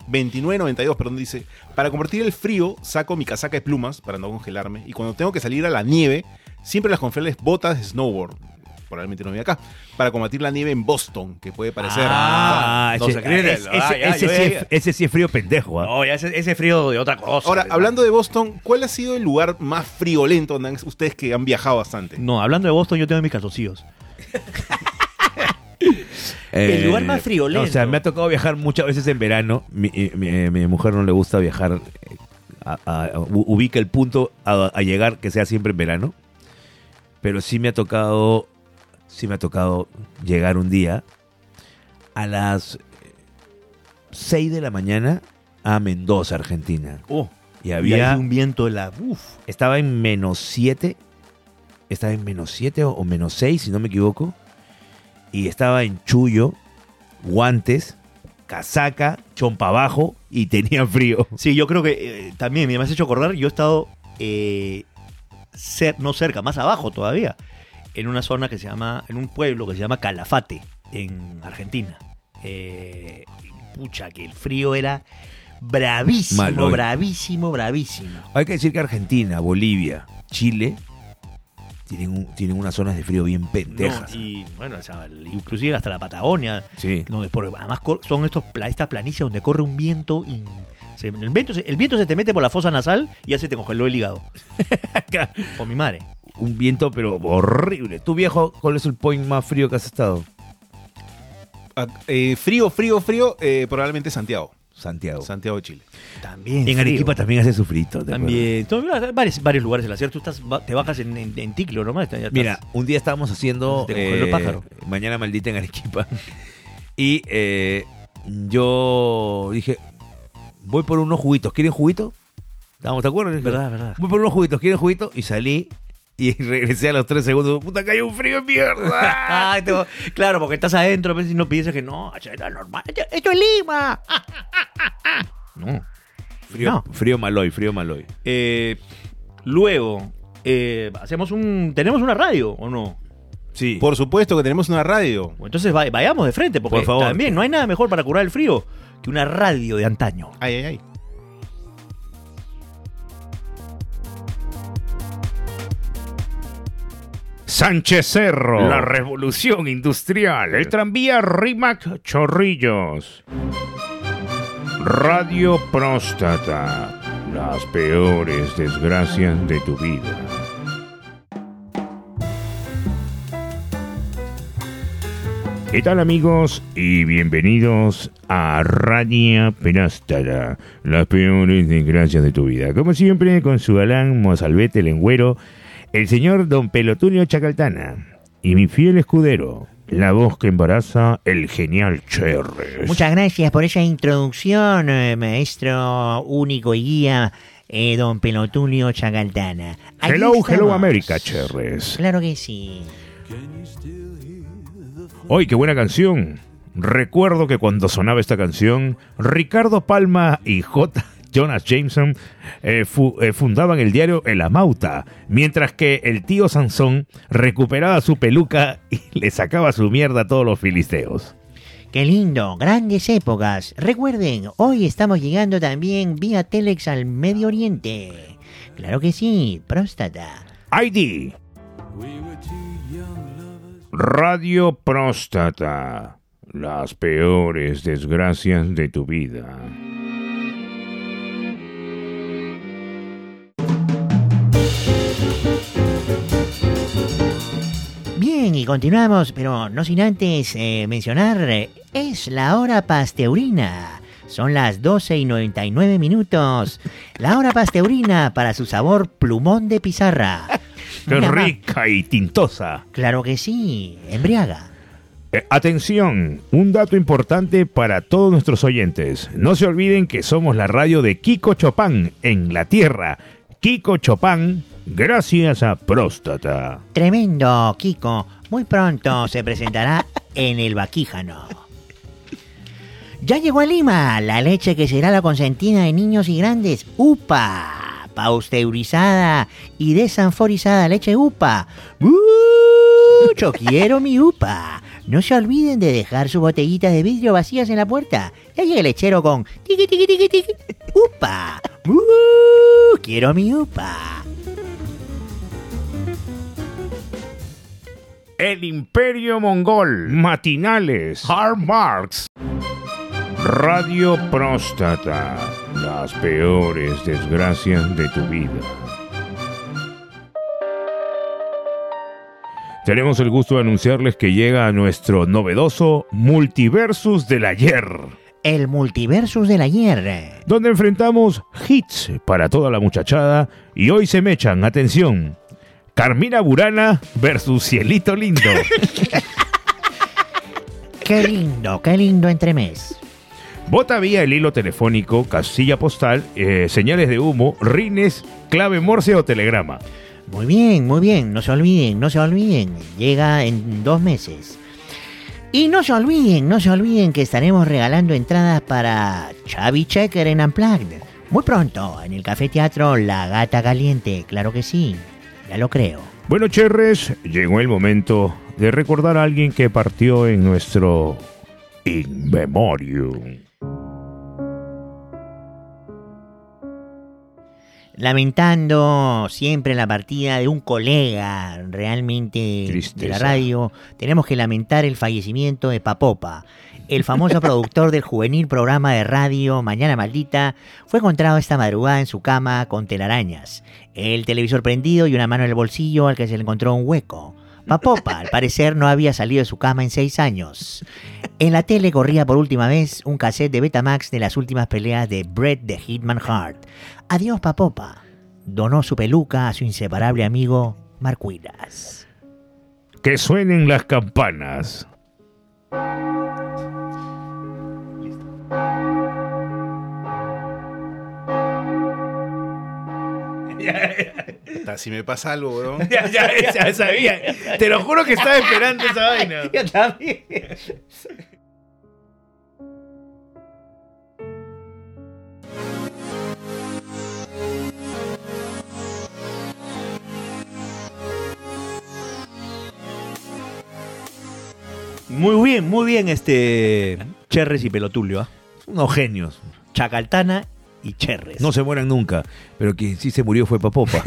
S2: 2992, perdón, dice, para convertir el frío saco mi casaca de plumas para no congelarme y cuando tengo que salir a la nieve, siempre las congeles botas de snowboard, probablemente no voy acá, para combatir la nieve en Boston, que puede parecer...
S1: Ah,
S2: No
S1: ese,
S2: se creen,
S1: ese-
S2: ah, ya,
S1: ese
S2: yo
S1: sí
S2: ya- Oh.
S1: es, ese sí es frío pendejo. ¿ah?
S3: No, Oh, ya ese, ese frío de otra cosa.
S2: Ahora,
S3: pues,
S2: hablando de Boston, ¿cuál ha sido el lugar más friolento donde han- ustedes que han viajado bastante?
S3: No, hablando de Boston, yo tengo mis calzoncillos.
S1: Eh,
S6: lugar más friolento.
S1: O sea, me ha tocado viajar muchas veces en verano. Mi, eh, mi- eh, mi mujer no le gusta viajar. eh, a- a- u- ubica el punto a, a llegar que sea siempre en verano. Pero sí me ha tocado. Sí me ha tocado llegar un día a las 6 de la mañana a Mendoza, Argentina.
S3: Oh,
S1: Y
S3: Y
S1: había.
S3: hay un viento de la. Uf.
S1: Estaba en menos 7. Estaba en menos 7 o, o menos 6, si no me equivoco. Y estaba en chullo, guantes, casaca, chompa abajo y (laughs) tenía frío.
S3: Sí, yo creo que eh, también me has hecho acordar, yo he estado eh, cer- no cerca, más abajo todavía, en una zona que se llama, en un pueblo que se llama Calafate, en Argentina. Eh, pucha, que el frío era bravísimo,
S1: Mal, oye.
S3: bravísimo, bravísimo.
S1: Hay que decir que Argentina, Bolivia, Chile tienen, un- tienen unas zonas de frío bien pendejas.
S3: No, y bueno, o sea, inclusive hasta la Patagonia,
S1: Sí.
S3: donde por- además cor- son estos, pla- estas planicies donde corre un viento y... se- el, viento se, el viento se te mete por la fosa nasal y ya se te congeló el (laughs) hígado. Con mi madre.
S1: Un viento, pero horrible. ¿Tú viejo, cuál es el point más frío que has estado?
S2: Ah, eh, frío, frío, frío, eh, probablemente Santiago.
S1: Santiago.
S2: Santiago de Chile.
S3: También.
S1: en
S3: frío.
S1: Arequipa también hace sufrito. ¿te acuerdas?
S3: También. Entonces, mira, varios, varios lugares en la sierra. Tú estás, ba- te bajas en, en, en Ticlo nomás. ya estás-
S1: Mira, un día estábamos haciendo eh,
S3: Se te congeló el pájaro.
S1: Mañana Maldita en Arequipa. (laughs) y eh, yo dije, voy por unos juguitos. ¿Quieren juguito? ¿Estábamos de acuerdo?
S3: Verdad, (laughs) verdad.
S1: Voy por unos juguitos. ¿Quieren juguito? Y salí y (laughs) regresé a los tres segundos. ¡Puta, que hay un frío en
S3: (laughs)
S1: mierda!
S3: Ah, te- claro, porque estás adentro pues, y no piensas que no, ya era normal. Esto, esto es Lima. (laughs) Ah, ah, ah, ah. No.
S1: frío,
S3: No.
S1: frío maloy, frío maloy.
S3: Eh, luego, eh, hacemos un. ¿Tenemos una radio o no?
S1: Sí.
S2: Por supuesto que tenemos una radio.
S3: Bueno, entonces va- vayamos de frente, porque
S1: Por favor.
S3: también no hay nada mejor para curar el frío que una radio de antaño.
S2: Ay, ay, ay.
S7: Sánchez Cerro.
S1: La
S7: revolución industrial. El tranvía Rimac Chorrillos. Radio Próstata. Las peores desgracias de tu vida. ¿Qué tal amigos? Y bienvenidos a Radio Penástara, las peores desgracias de tu vida. Como siempre, con su galán Mozalbete Lengüero, el señor Don Pelotunio Chacaltana y mi fiel escudero, la voz que embaraza el genial Cherres.
S6: Muchas gracias por esa introducción, eh, maestro único y guía, eh, don Pelotulio Chacaltana. Aquí
S7: Hello, hello
S6: estamos.
S7: América, Cherres.
S6: Claro que sí.
S7: ¡Ay, qué buena canción! Recuerdo que cuando sonaba esta canción, Ricardo Palma y J. Jonas Jameson eh, fu- eh, fundaban el diario El Amauta, mientras que el tío Sansón recuperaba su peluca y (laughs) le sacaba su mierda a todos los filisteos.
S6: Qué lindo, grandes épocas. Recuerden, hoy estamos llegando también vía Telex al Medio Oriente. Claro que sí, próstata.
S7: ID. Radio Próstata. Las peores desgracias de tu vida.
S6: Bien, y continuamos, pero no sin antes eh, mencionar, eh, es la hora pasteurina. Son las 12 y 99 minutos. La hora pasteurina para su sabor plumón de pizarra.
S7: ¡Qué
S6: Mira, ma-
S7: rica y tintosa!
S6: Claro que sí, embriaga.
S7: Eh, atención, un dato importante para todos nuestros oyentes. No se olviden que somos la radio de Kiko Chopin en la Tierra. Kiko Chopin, gracias a Próstata.
S6: Tremendo, Kiko. Muy pronto se presentará en el Vaquíjano. Ya llegó a Lima la leche que será la consentida de niños y grandes. ¡Upa! Pasteurizada y desanforizada leche UPA. ¡Mucho quiero mi UPA! No se olviden de dejar sus botellitas de vidrio vacías en la puerta. Ya llega el lechero con tiqui tiqui tiqui tiqui. ¡Upa! ¡Mu! ¡Quiero mi UPA!
S7: El Imperio Mongol. Matinales. Hard Marks. Radio Próstata. Las peores desgracias de tu vida. Tenemos el gusto de anunciarles que llega a nuestro novedoso Multiversus del Ayer,
S6: El multiversus del ayer.
S7: donde enfrentamos hits para toda la muchachada y hoy se mechan, atención, Carmina Burana versus Cielito Lindo.
S6: Qué lindo, qué lindo entremés.
S7: Vota vía el hilo telefónico, casilla postal, eh, señales de humo, rines, clave morse o telegrama.
S6: Muy bien, muy bien, no se olviden, no se olviden. Llega en dos meses. Y no se olviden, no se olviden que estaremos regalando entradas para Xavi Checker en Unplugged. Muy pronto, en el Café Teatro La Gata Caliente, claro que sí, ya lo creo.
S7: Bueno, Cherres, llegó el momento de recordar a alguien que partió en nuestro In Memoriam.
S6: Lamentando siempre la partida de un colega realmente de la
S7: Tristeza.
S6: radio, tenemos que lamentar el fallecimiento de Papopa. El famoso productor del juvenil programa de radio Mañana Maldita fue encontrado esta madrugada en su cama con telarañas, el televisor prendido y una mano en el bolsillo al que se le encontró un hueco. Papopa, al parecer, no había salido de su cama en seis años. En la tele corría por última vez un cassette de Betamax de las últimas peleas de Bret de Hitman Hart. Adiós, Papopa. Donó su peluca a su inseparable amigo Marcuilas.
S7: Que suenen las campanas.
S2: Puta, Si me pasa algo, (laughs) weón.
S1: Ya, ya, ya sabía. Te lo juro que estaba esperando esa vaina.
S3: Muy bien, muy bien, este. Cherres y Pelotulio, ¿ah?
S1: Unos genios.
S3: Chacaltana y Cherres.
S1: No se mueran nunca. Pero quien sí se murió fue (laughs) Papopa.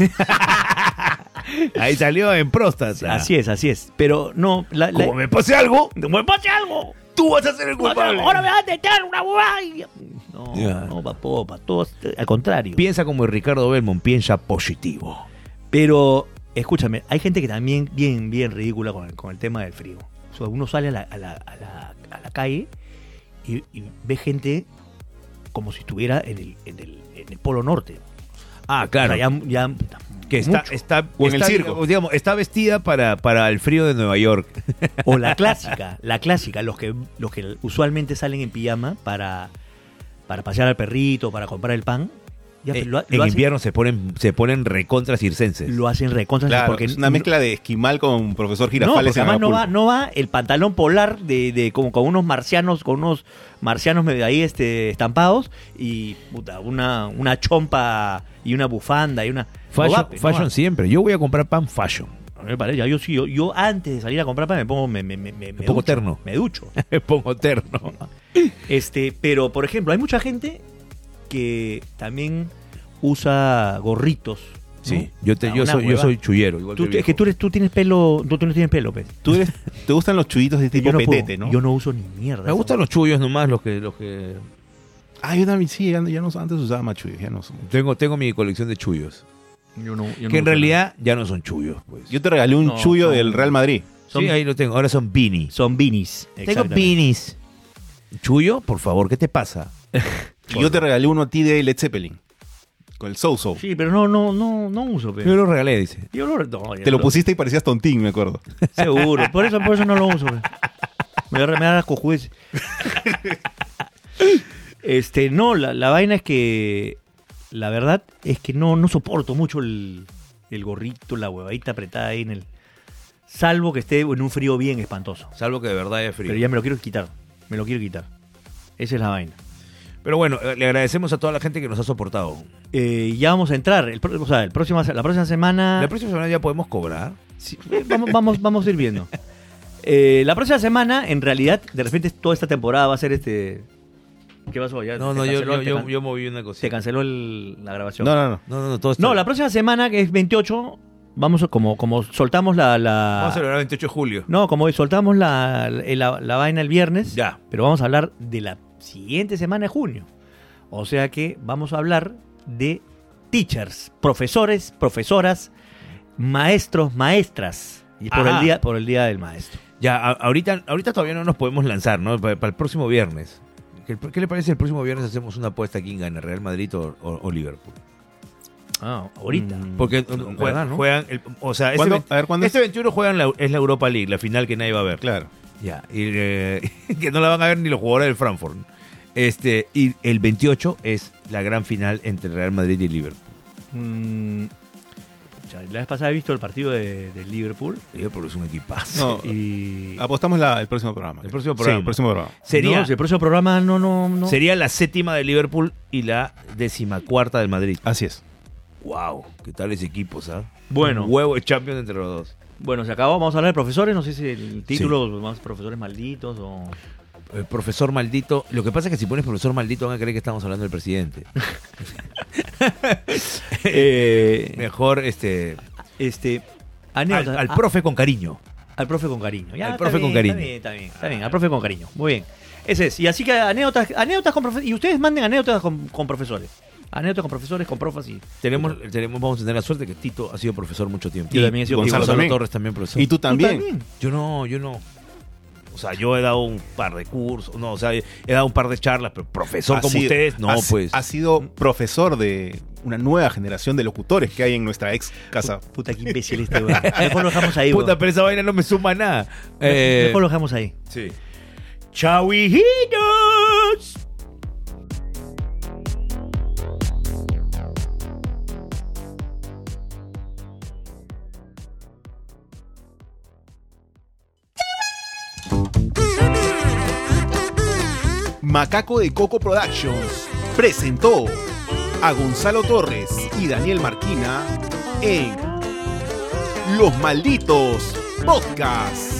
S1: Ahí salió en próstata.
S3: Así es, así es. Pero no, la. la-
S1: Como me pase algo,
S3: ¡Como me pase algo!
S1: tú vas a ser el culpable.
S3: Ahora me vas a detectar una huevada. y- No,
S1: Ya.
S3: no, papo, pa, todos, eh, al contrario.
S1: Piensa como Ricardo Belmont, piensa positivo.
S3: Pero, escúchame, hay gente que también bien, bien ridícula con el, con el tema del frío. O sea, uno sale a la, a la- a la- a la calle y, y ve gente como si estuviera en el, en el- en el Polo Norte.
S1: Ah, claro.
S3: O sea, ya, ya-
S1: que está,
S3: mucho.
S1: está,
S2: O en el
S1: está,
S2: circo.
S1: digamos, digamos, está vestida para, para el frío de Nueva York.
S3: O la clásica, la clásica, los que, los que usualmente salen en pijama para, para pasear al perrito, para comprar el pan. Ya,
S1: Eh,
S3: pero lo, ha-
S1: en
S3: lo hacen,
S1: invierno se ponen, se ponen recontra circenses.
S3: lo hacen recontra
S2: Claro,
S3: porque
S2: es una mezcla de esquimal con profesor
S3: No,
S2: Girafales
S3: porque
S2: en
S3: además no va,
S2: Acapulco.
S3: no va el pantalón polar de, de como con unos marcianos, con unos marcianos medio ahí este, estampados y puta, una, una chompa y una bufanda y una.
S1: Fashion,
S3: no va, pe, no
S1: fashion
S3: va.
S1: siempre. Yo voy a comprar pan fashion. (laughs)
S3: A mí me parece, ya yo sí, yo, yo antes de salir a comprar pan me pongo, me, me, me, me, me
S1: pongo
S3: ducho,
S1: terno.
S3: Me
S1: (laughs)
S3: ducho.
S1: Me pongo terno.
S3: Este, pero por ejemplo, hay mucha gente que también usa gorritos. ¿no?
S1: Sí, yo, te,
S3: Ah,
S1: yo,
S3: una
S1: soy, yo
S3: huevada.
S1: soy chullero. igual
S3: Tú-
S1: que
S3: es que tú, eres, tú tienes pelo, tú, tú no tienes pelo, pues.
S2: Tú eres- te gustan los chuditos (laughs) de este tipo
S3: yo no puedo.
S2: petete, ¿no?
S3: Yo no uso ni mierda.
S1: Me gustan los chullos nomás, los que, los que...
S2: Ah, yo también sí, ya, ya no, antes usaba más chullos, ya no son.
S1: Tengo, tengo mi colección de chullos.
S3: Yo no- yo no
S1: que en
S3: uso nada.
S1: realidad ya no son chullos. Pues.
S2: Yo te regalé un
S3: No,
S2: chullo
S3: son-
S2: del Real Madrid.
S3: son-
S1: sí, ahí lo tengo. Ahora son beanie.
S3: Son beanies.
S1: Tengo beanies. Chuyo, por favor, ¿qué te pasa?
S2: Y yo te regalé uno a ti de Led Zeppelin. Con el So So.
S3: Sí, pero no, no, no, no uso. pe.
S1: (laughs) Yo lo regalé, dice.
S3: Yo lo, no, yo
S2: Te lo pusiste y parecías tontín, me acuerdo.
S3: Seguro. Por eso, por eso no lo uso. pe. Me voy a remear las
S1: (laughs)
S3: cojudes. Este, no, la, la vaina es que. La verdad es que no, no soporto mucho el, el gorrito, la huevadita apretada ahí en el. Salvo que esté en un frío bien espantoso.
S1: Salvo que de verdad es frío.
S3: Pero ya me lo quiero quitar. Me lo quiero quitar. Esa es la vaina.
S1: Pero bueno, eh, le agradecemos a toda la gente que nos ha soportado.
S3: Eh, ya vamos a entrar. El, pro- o sea, el próximo, la próxima semana.
S1: La próxima semana ya podemos cobrar.
S3: Sí, vamos, vamos, vamos a ir viendo. (laughs) Eh, la próxima semana, en realidad, de repente toda esta temporada va a ser este. ¿Qué pasó? Ya
S1: No,
S3: te
S1: no, yo,
S3: canceló-
S1: yo,
S3: te
S1: yo,
S3: can-
S1: yo moví una
S3: Se
S1: cosita.
S3: canceló el- la grabación.
S2: No, no, no.
S1: No, no, no, todo está-
S3: No, la próxima semana, que es 28, vamos a- como, como soltamos la. la-
S1: Vamos a celebrar el 28 de julio.
S3: no, como soltamos la, la- la vaina el viernes.
S1: Ya.
S3: Pero vamos a hablar de la siguiente semana de junio. O sea que vamos a hablar de teachers, profesores, profesoras, maestros, maestras. Y por
S1: Ajá.
S3: el, día, por el día del maestro.
S1: Ya, a- ahorita, ahorita todavía no nos podemos lanzar, ¿no? Pa- Para, el próximo viernes. ¿Qué, qué le parece el próximo viernes hacemos una apuesta aquí en gana, Real Madrid o, o- o Liverpool?
S3: Ah, ahorita.
S1: Porque
S2: Mm,
S1: juegan,
S2: ¿verdad, no?
S1: juegan el- o sea, este,
S2: ¿Cuándo?
S1: ve-
S2: A ver, ¿cuándo
S1: este 21 juegan la, es la Europa League, la final que nadie va a ver.
S2: Claro.
S1: Ya, y, eh, (laughs) que no la van a ver ni los jugadores del Frankfurt. Este, y el 28 es la gran final entre Real Madrid y Liverpool.
S3: Mm, ya, la vez pasada he visto el partido de, de Liverpool
S1: Liverpool es un equipazo.
S2: (laughs) No,
S3: y.
S2: apostamos la- el próximo programa.
S1: El próximo programa.
S2: Sí, el próximo programa.
S1: Sería,
S3: Ah, No, si el próximo programa no, no, no.
S1: sería la séptima de Liverpool y la decimacuarta del Madrid.
S2: Así es.
S1: Wow, qué tales equipos, ¿ah?
S3: Bueno.
S1: Un huevo de Champions entre los dos.
S3: Bueno, se acabó. Vamos a hablar de profesores. No sé si el título, más profesores malditos o.
S1: El Eh, profesor maldito. Lo que pasa es que si pones profesor maldito van a creer que estamos hablando del (laughs) presidente.
S3: Eh,
S1: Mejor este
S3: este.
S1: al,
S3: anécdotas.
S1: al
S3: Ah,
S1: profe con cariño.
S3: Al profe con cariño. Ya,
S1: Al
S3: está
S1: profe
S3: bien,
S1: con cariño. Ah.
S3: Está bien, está bien, está bien. Al profe con cariño. Muy bien. Ese es. Y así que anécdotas, anécdotas con profesores. Y ustedes manden anécdotas con, con profesores. Anécdotas con profesores, con profes y.
S1: Tenemos, tenemos, vamos a tener la suerte que Tito ha sido profesor mucho tiempo.
S3: Yo
S1: Y-
S3: también he sido
S1: y Gonzalo
S2: profesor. también.
S1: Torres también profesor.
S2: Y tú también.
S1: Yo no, yo no. O sea, yo he dado un par de cursos, no, o sea, he dado un par de charlas, pero profesor
S2: Has
S1: como
S2: sido-
S1: ustedes, no,
S2: has-
S1: pues.
S2: Has sido profesor de una nueva generación de locutores que hay en nuestra ex casa.
S3: Puta, qué imbécil
S1: (laughs)
S3: este, weón. Mejor lo dejamos ahí,
S1: Puta,
S3: weón.
S1: pero esa vaina no me suma nada. Eh,
S3: Mejor lo dejamos ahí.
S1: sí.
S3: Chau, hijitos.
S2: Macaco de Coco Productions presentó a Gonzalo Torres y Daniel Marquina en Los Malditos Podcast.